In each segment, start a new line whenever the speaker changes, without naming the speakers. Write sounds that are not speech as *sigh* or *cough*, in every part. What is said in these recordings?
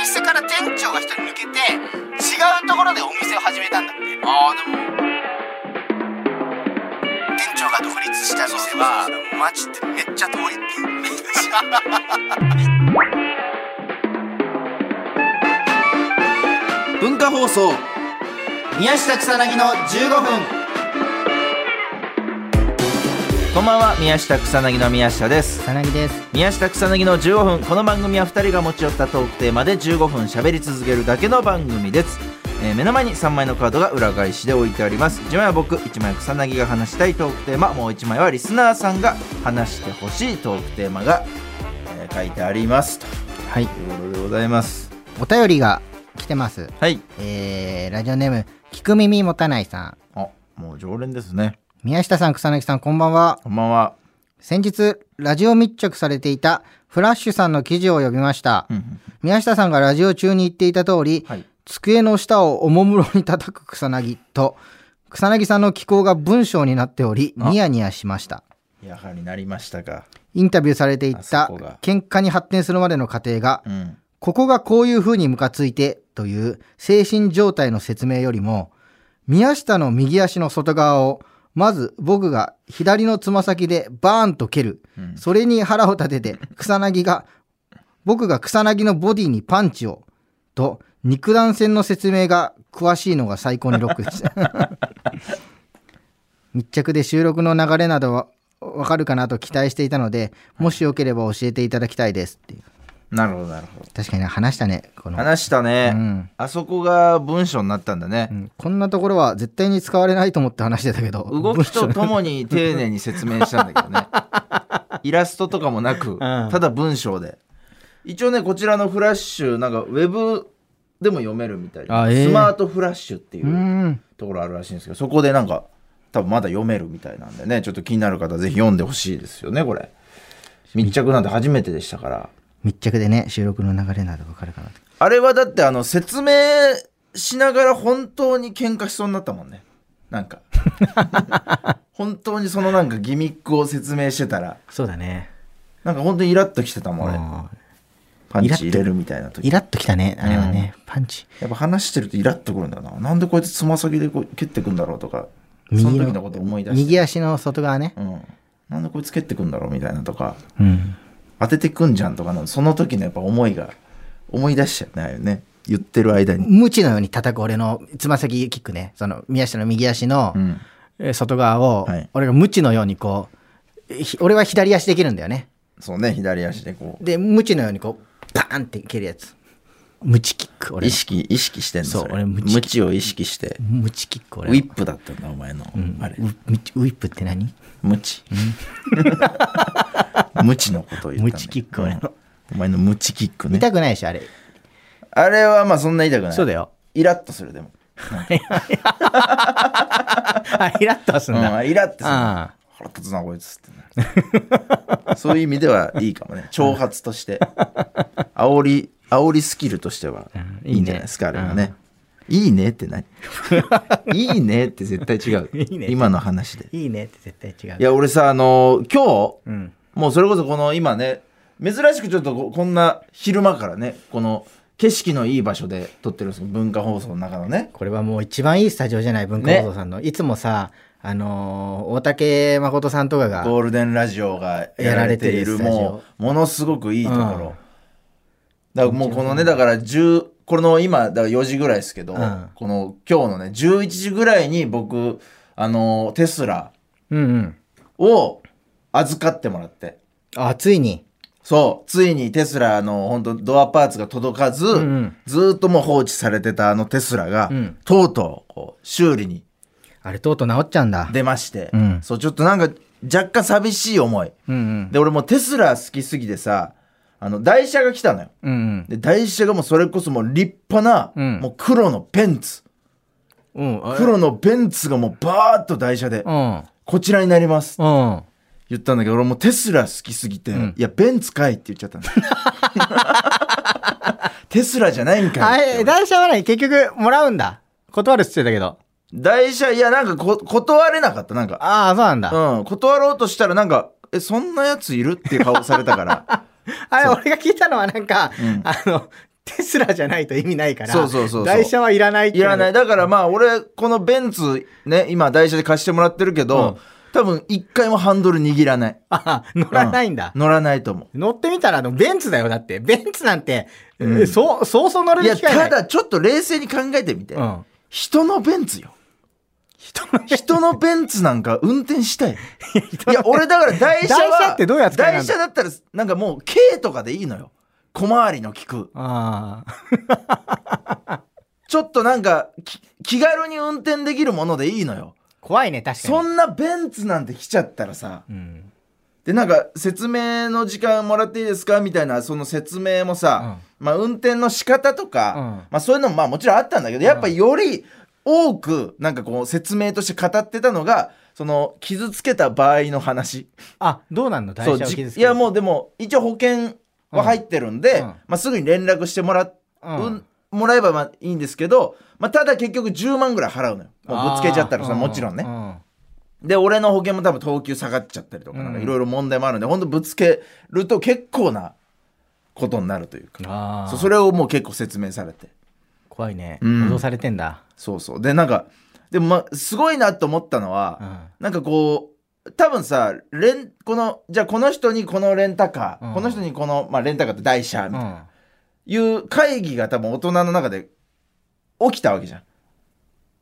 店長が一人抜けて違うところでお店を始めたんだって
ああでも
店長が独立した店はマジでめっちゃ遠いっていう
文化放送
宮下草薙の15分
こんばんは宮下草薙の宮下です
草薙です
宮下草薙の15分この番組は2人が持ち寄ったトークテーマで15分喋り続けるだけの番組です、えー目の前に3枚のカードが裏返しで置いてあります1枚は僕1枚は草薙が話したいトークテーマもう1枚はリスナーさんが話してほしいトークテーマが、えー書いてありますと
はい
いうことでございます
お便りが来てます
はい
えー、ラジオネーム聞く耳持たないさん
あもう常連ですね
宮下さん草薙さんこんばんは
こんばんは
先日ラジオ密着されていたフラッシュさんの記事を読みました、
うんうん
宮下さんがラジオ中に言っていた通り、
はい
机の下をおもむろに叩く草薙と草薙さんの気候が文章になっており
あ
ニヤニヤしました
やはりなりましたか
インタビューされていっ
あ
た
そこが
喧嘩に発展するまでの過程が
うん
ここがこういう風にムカついてという精神状態の説明よりも、宮下の右足の外側を、まず僕が左のつま先でバーンと蹴る。
うん
それに腹を立てて草薙が、僕が草薙のボディにパンチを、と肉弾戦の説明が詳しいのが最高にロック
*laughs*
でした。密着で収録の流れなどはわかるかなと期待していたので、もしよければ教えていただきたいですっていう。
なるほどなるほど
確かにね話したねこの、
話したね、
うん
あそこが文章になったんだね
う、んこんなところは絶対に使われないと思って話してたけど
動き
*laughs*
とともに丁寧に説明したんだけどねイラストとかもなく、ただ文章で一応ねこちらのフラッシュなんかウェブでも読めるみたいな、
あええ
スマートフラッシュっていううんところあるらしいんですけどそこでなんか多分まだ読めるみたいなんでねちょっと気になる方ぜひ読んでほしいですよねこれ密着なんて初めてでしたから
密着でね収録の流れなどわかるかなと
あれはだってあの説明しながら本当に喧嘩しそうになったもんねなんか *laughs* 本当にそのなんかギミックを説明してたら
そうだね
なんか本当にイラッときてたもん俺パンチ入れるみたいな時
イラッときたねあれはね、パンチ
やっぱ話してるとイラッとくるんだよななんでこいつつま先でこう蹴ってくんだろうとか
右
そ
の
の時のこと思い出して、
右足の外側ね
うん、なんでこいつ蹴ってくんだろうみたいなとか
うん
当ててくんじゃんとかのその時のやっぱ思いが思い出しちゃうねああいうね言ってる間に、
無知のように叩く俺のつま先キックねその宮下の右足の
うん、
えー外側を、
はい
俺が無知のようにこうひ俺は左足できるんだよね
そうね左足でこう
で無知のようにこうパーンって蹴るやつ無知キック俺
意識意識してんの
そう
それ
俺無
無
知
知を意識して
無知キック
ウ
俺は
ィップだったんだお前の、あれ
ウミウィップって何
無知無知のことを言ったんだよ
無知キック俺の
うんお前の無知キックね
痛くないでしょあれ
あれはまあそんな痛くない
そうだよ
イラッとするでも、
あイラッとはす
うん
だ、
ん、イラッとする
あ
腹立つなこいつってなるそういう意味ではいいかもね挑発として煽り煽りスキルとしては
うんいいね
いいんじゃないですか、あれはね、いいねって何 *laughs* いいねって絶対違う
いいね
今の話で
いいねって絶対違う
いや俺さあのー今日、
ん
もうそれこそこの今ね珍しくちょっとここんな昼間からねこの景色のいい場所で撮ってるんですけど文化放送の中のね
これはもう一番いいスタジオじゃない文化放送さんの、いつもさあのー大竹誠さんとかが
ゴールデンラジオがやられている
やられてるスタジオ
もうものすごくいいところ、
うん
だからもうこのねだから10この今だから4時ぐらいですけど、
うん
この今日のね11時ぐらいに僕あのテスラ
うんうん
を預かってもらって
あついに
そうついにテスラの本当ドアパーツが届かず、
ん
ずーっともう放置されてたあのテスラが、
うん
とうとうこう修理に
あれとうとう治っちゃうんだ
出まして、
うん
そうちょっとなんか若干寂しい思い
うん
で俺もうテスラ好きすぎてさあの台車が来たのよ
うんうん
で台車がもうそれこそもう立派な、
うん
もう黒のベンツ
うんうん
黒のベンツがもうバーッと台車で、
うん
こちらになります
うん
言ったんだけど俺もうテスラ好きすぎて、いやベンツかいって言っち
*laughs*
ゃったんだテスラじゃないんか
あ
いって
れ台車はね結局もらうんだ断るっつってたけど
台車いやなんかこ断れなかったなんか
ああそうなんだ、
うん断ろうとしたらなんかえ
*laughs*
そんなやついるっていう顔されたから
あれ俺が聞いたのはなんか、あのテスラじゃないと意味ないから、
そうそうそうそう
台車はいらないって
いらない。
だ
だからまあ、俺、このベンツ、ね、今、台車で貸してもらってるけど、
うん
多分、一回もハンドル握らない。
あ *laughs* 乗らないんだ。
乗らないと思
乗ってみたら、あの、ベンツだよ、だって。ベンツなんて、
うん
えーそう、そうそう乗
う。
れ
い
る
や、
機会ない。
ただ、ちょっと冷静に考えてみて。
うん。
人のベンツよ。
人の
人のベンツなんか運転
*laughs*
したい。いや、俺だから台車は、
台車ってどういう扱いなん
台
だ
車だったら、なんかもう、軽とかでいいのよ。小回りの利く。
ああ。
ちょっとなんか、き気軽に運転できるものでいいのよ。
怖いね、確かに。
そんなベンツなんて来ちゃったらさ、
うん。
でなんか説明の時間もらっていいですかみたいなその説明もさ、まあ、運転の仕方とか、
うん
まあ、そういうのもまあもちろんあったんだけどやっぱより多くなんかこう説明として語ってたのがその傷つけた場合の話
あ、どうなんの台車を
そうじ
傷つけ
いやもうでも一応保険は入ってるんで、
うんうん
まあ、すぐに連絡してもらっ
う
うん
ん。
もらえばまあいいんですけど、まあ、ただ結局10万ぐらい払うのよもうぶつけちゃったら
あ
さ
ー
もちろんね
う、う
で俺の保険も多分等級下がっちゃったりとか
うん
なんかいろいろ問題もあるんで、ほんとぶつけると結構なことになるというか
ああ。
そうそれをもう結構説明されて
怖いね。
うん
脅されてんだ。
そうそうでなんかでもまあすごいなと思ったのは、
うん。
なんかこう多分さレンこのじゃあこの人にこのレンタカー、
うん
この人にこの、まあ、レンタカーって台車み
う。
たいなんいう会議が多分大人の中で起きたわけじゃん。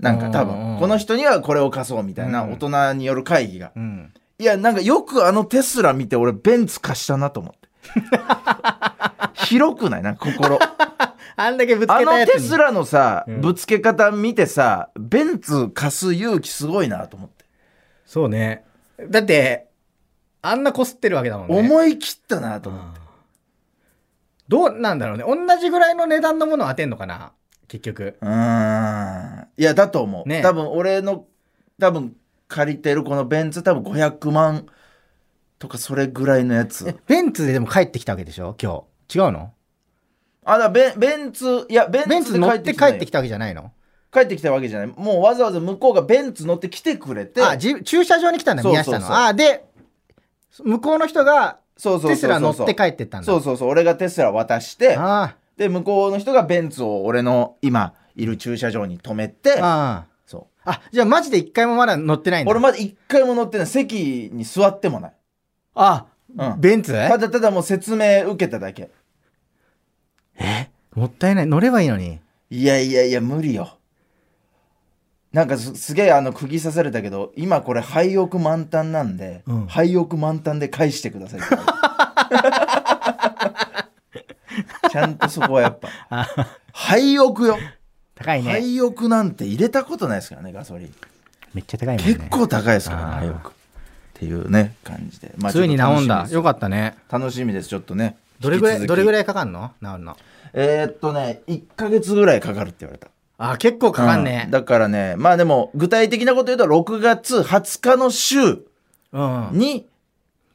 なんか多
うんうん
分
うん
この人にはこれを貸そうみたいな
うん
大人による会議が
うん。
いや、なんかよくあのテスラ見て俺ベンツ貸したなと思
*laughs*
って。広くないなんか心。
あんだけぶつ
あ
けたや
の
つに。
テスラのさ、
うん
ぶつけ方見てさ、ベンツ貸す勇気すごいなと思って。
そうね。だって、あんなこすってるわけだもんね。
思い切ったなと
う
思っ
んどうなんだろうね。同じぐらいの値段のものを当てんのかな結局。
て。うーん。いや、だと思う。
ね
多分俺の、多分借りてるこのベンツ多分500万とかそれぐらいのやつ。
えベンツででも帰ってきたわけでしょ今日。違うの
あ、だからベンベンツ、いや、ベ
ベン
ンツ
ツ
で
乗
帰っ
っ
て
て
き
帰
た
ってきたわけじゃないの
帰ってきたわけじゃない。もうわざわざ向こうがベンツ乗って来てくれて。
あ、じ駐車場に来たんだ、
そうそう
宮
そう
下の。あ、で、向こうの人が
そうそうそうそう
テスラ乗って帰ってったんだ。
そうそうそう俺がテスラ渡して
あ
で向こうの人がベンツを俺の今いる駐車場に止めて
あ。あ
そ
あ。あ、じゃあマジで一回もまだ乗ってな
う
いんだ。
俺まだ一回も乗ってない席に座ってもない、
あ、
うん、
ベンツ
ただただもう説明受けただけ
えもったいない。乗ればいいのに。
いやいやいや無理よなんかすすげえあの釘刺されたけど今これ廃屋満タンなんで、
うん
廃屋満タンで返してくださいって
*laughs*
ちゃんとそこはやっぱ
あ
廃屋よ
高いね。
廃屋なんて入れたことないですからねガソリン
めっちゃ高いもんね。
結構高いですからね廃
あー
屋っていうね感じで、まあ
ついに
ちょっと
治んだ
楽しみです
よかったね
楽しみですちょっとね
どれぐらいどれぐ
い
らいかかんの治るの
えーっとね1か月ぐらいかかるって言われた
あ結構かかんね
うんだからねまあでも具体的なこと言うと6月20日の週
うん、
に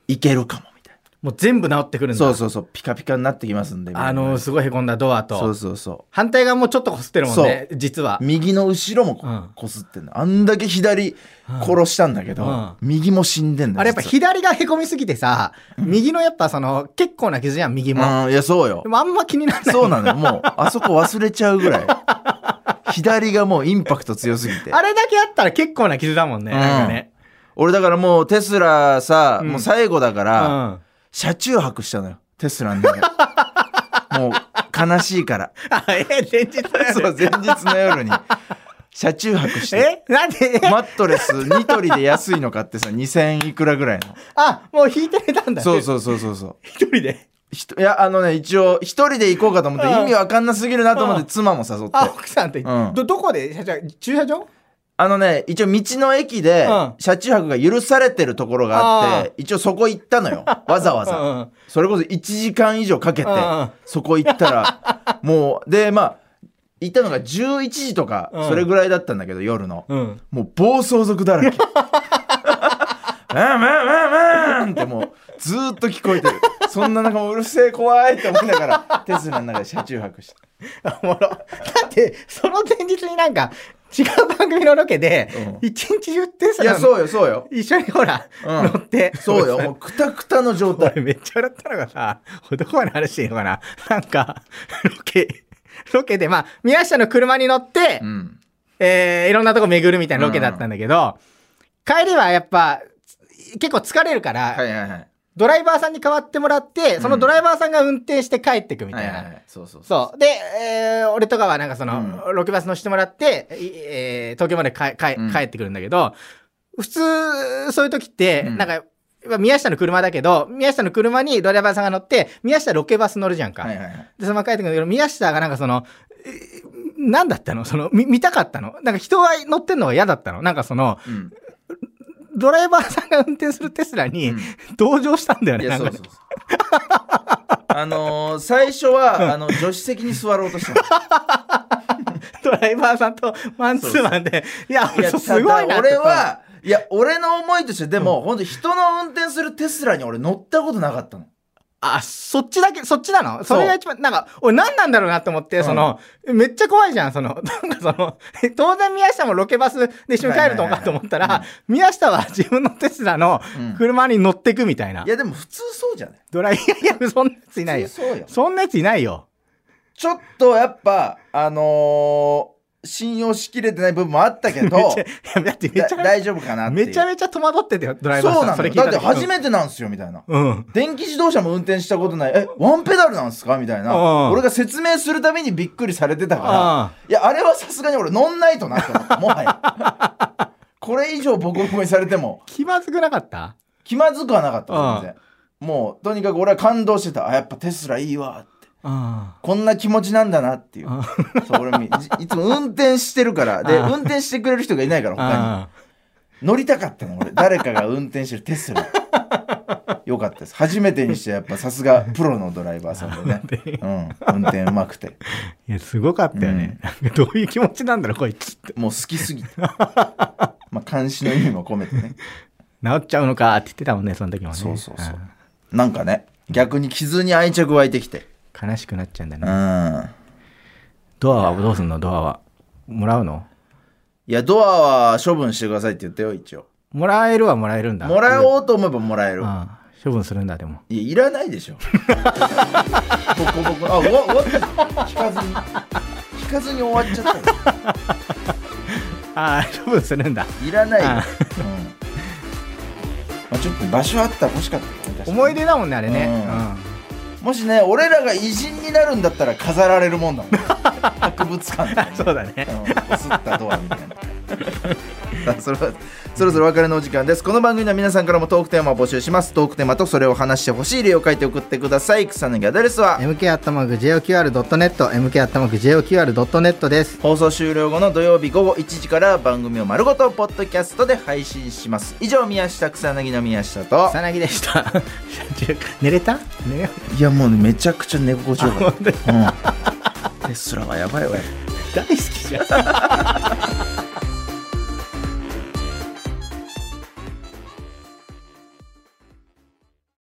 行けるかもみたい
もう全部治ってく
な
る
ん
だ
そうそうそうピカピカになってきますんでみんな
あのすごいへこんだドアと
そうそうそ
反対側もちょっとこすってるもんね実は
う右の後ろもこ,、
うん
すってんのあんだけ左殺したんだけど、
うん
右も死んでんだ
あれやっぱ
実
左がへこみすぎてさ、右のやっぱその結構な傷じゃん右も、
はうんいやそうよ
*laughs* でもあんま気にならない
そうなのよ。もう、あそこ忘れちゃうぐらい。左がもうインパクト強すぎて。
あれだけあったら結構な傷だもんね、
うん
なんかね、
俺だからもうテスラさ、
うん
もう最後だか
う
ら、
ん、
車中泊したのよ。テスラの中 *laughs* でもう悲しいから。
あえ前日だよね
そう、前日の夜に車中泊して。
えなんで
*laughs*
え
マットレスニトリで安いの買ってさ、2000いくらぐらいの。
あもう引いて寝たんだ
そうそうそうそうそう。
一人で
ひといや、あのね、一応、一人で行こうかと思って、
うん
意味わかんなすぎるなと思っ
う
て、妻も誘って。
あ奥さんと行って、
うん
どどこで車場駐車場
あのね、一応道の駅で
うん、
車中泊が許されてるところがあって、一応そこ行ったの
*laughs*
よ。わざわ
うん
ざ。
うん
それこそ1時間以上かけて
うんうん、
そこ行った
*laughs*
ら、もう、で、まあ、行ったのが11時とか
うん、
それぐらいだったんだけど、夜の。
うん
もう暴走族だら
*laughs*
け。ワンワンワンワンってもうずーっと聞こえてる。そんな中もううるせえ怖いって思いなが
*laughs*
ら、テスラの中で車中泊して。
おもろだってその前日になんか
違う番組のロケで
う
一日中テス
いや、
ラ
そうよ、そうよ。
一緒にほら、
うん
乗って
そうよ、もうくたくたの
*laughs*
状態。
俺めっちゃ笑ったのがさ、これどこまで話していいのかななんか、ロケ、ロケで、まあ、宮下の車に乗って、
うん。
えーいろんなとこ巡るみたいなロケだったんだけど、帰りはやっぱ、結構疲れるから、
はいはいはい。
ドライバーさんに代わってもらって、そのドライバーさんが運転して帰ってくみたいな。
はいはいはいそうそう
そう。で、えー俺とかはなんかその、ロケバス乗せてもらって、いえー東京までかか
うん
帰ってくるんだけど、普通、そういう時って、
うん
なんか、まあ宮下の車だけど、宮下の車にドライバーさんが乗って、宮下ロケバス乗るじゃんか。
はいはいはい。
で、そのまま帰ってくるんだけど、宮下がなんかその、何だったのその、み見たかったのなんか人が乗ってんのが嫌だったのなんかその、
うん。
ドライバーさんが運転するテスラに
うん
同乗したんだよ
い
ね。
や、
なん
そう
か
そう
ね *laughs*
そう。あのー最初は、あの、助手席に座ろうとしたの。
ドライバーさんとマンツーマンで、いや、
い
*laughs*
や、
そうす
た
ご
だ
いなって
俺は、いや、俺の思いとして、でも、本当人の運転するテスラに俺乗ったことなかったの。
あ、そっちだけ、そっちなの
そ
そうれが一番、なんか、俺何なんだろうなと思って、
うん
その、めっちゃ怖いじゃん、その、 *laughs* なんかその、当然宮下もロケバスで一緒に帰るの
はいはいはいは
か
い
と思った
うん
ら、宮下は自分のテスラの
うん
車に乗ってくみたいな。
いや、でも普通そうじゃない
ドライ、いやいや、そんなやついない
普
よ
通。そうよ。
そんなやついないよ。
ちょっとやっぱ、あのー信用しきれてない部分もあったけど、
めっちゃ、いやだってめ
だ
ちゃ、
大丈夫かなっていう。
めちゃめちゃ戸惑ってたよ、ドライバーさん。
そうなの
れ
よ
聞いた
だっ
時
て初めてなんすよ、みたいな。
うん。
電気自動車も運転したことない、え、ワンペダルなんすかみたいな
うん。
俺が説明するためにびっくりされてた
うん
から、いや、あれはさすがに俺乗んないとなって
*laughs*
思ったもはや。これ以上ボコボコにされても。
気まずくなかった
気まずくはなかった
うん
全然もうとにかく俺は感動してたあやっぱテスラいいわって
うん。
こんな気持ちなんだなっていう
うん
そう俺もいいつも運転してるからで
あー
運転してくれる人がいないから他に乗りたかったの俺誰かが運転してるテス *laughs* ラよかったです初めてにしてやっぱさすがプロのドライバーさんでね、うん、運転うまくて
いや、すごかったよね。なんかどういう気持ちなんだろう、こいつって。
もう好きす *laughs* ぎてまあ監視の意味も込めてね
治っちゃうのかって言ってたもんね、その時もね。
そうそうそうんなんかね逆に傷に愛着湧いてきて
悲しくなっちゃうんだ
う
ね。
ん
ドアはどうすんのドアは。もらうの
いや、ドアは処分してくださいって言ったよ、一応。
もらえるはもらえるんだ。
もら
う。
おうと思えばもらえる。
ああ処分するんだ、でも。
いや、いらないで *laughs* しょ。ボコボコ。あ、うわ、うわ、引かずに。引かずに終わっちゃったよ。
ああ、 *laughs* 処分するんだ。
いらないよ。うん
あ
まあ、ちょっと場所あったら欲しかったよね確かに
思い出だもんね、あれね。
うんもしね俺らが偉人になるんだったら飾られる
*laughs*
もんだもん博物館とか
うん
に
そうだね。
こすったドアみたいな。それはそろそろお別れのお時間ですこの番組では皆さんからもトークテーマを募集しますトークテーマとそれを話してほしい例を書いて送ってください草薙アドレスは
mk.joqr.net、mk.joqr.net です。
放送終了後の土曜日午後1時から番組を丸ごとポッドキャストで配信します以上宮下草薙の宮下と
さなぎで *laughs* した。寝れた寝れ
いやもうねめちゃくちゃ寝心地よか
本当に
た、うん、テスラはやばいわ
大好きじゃん。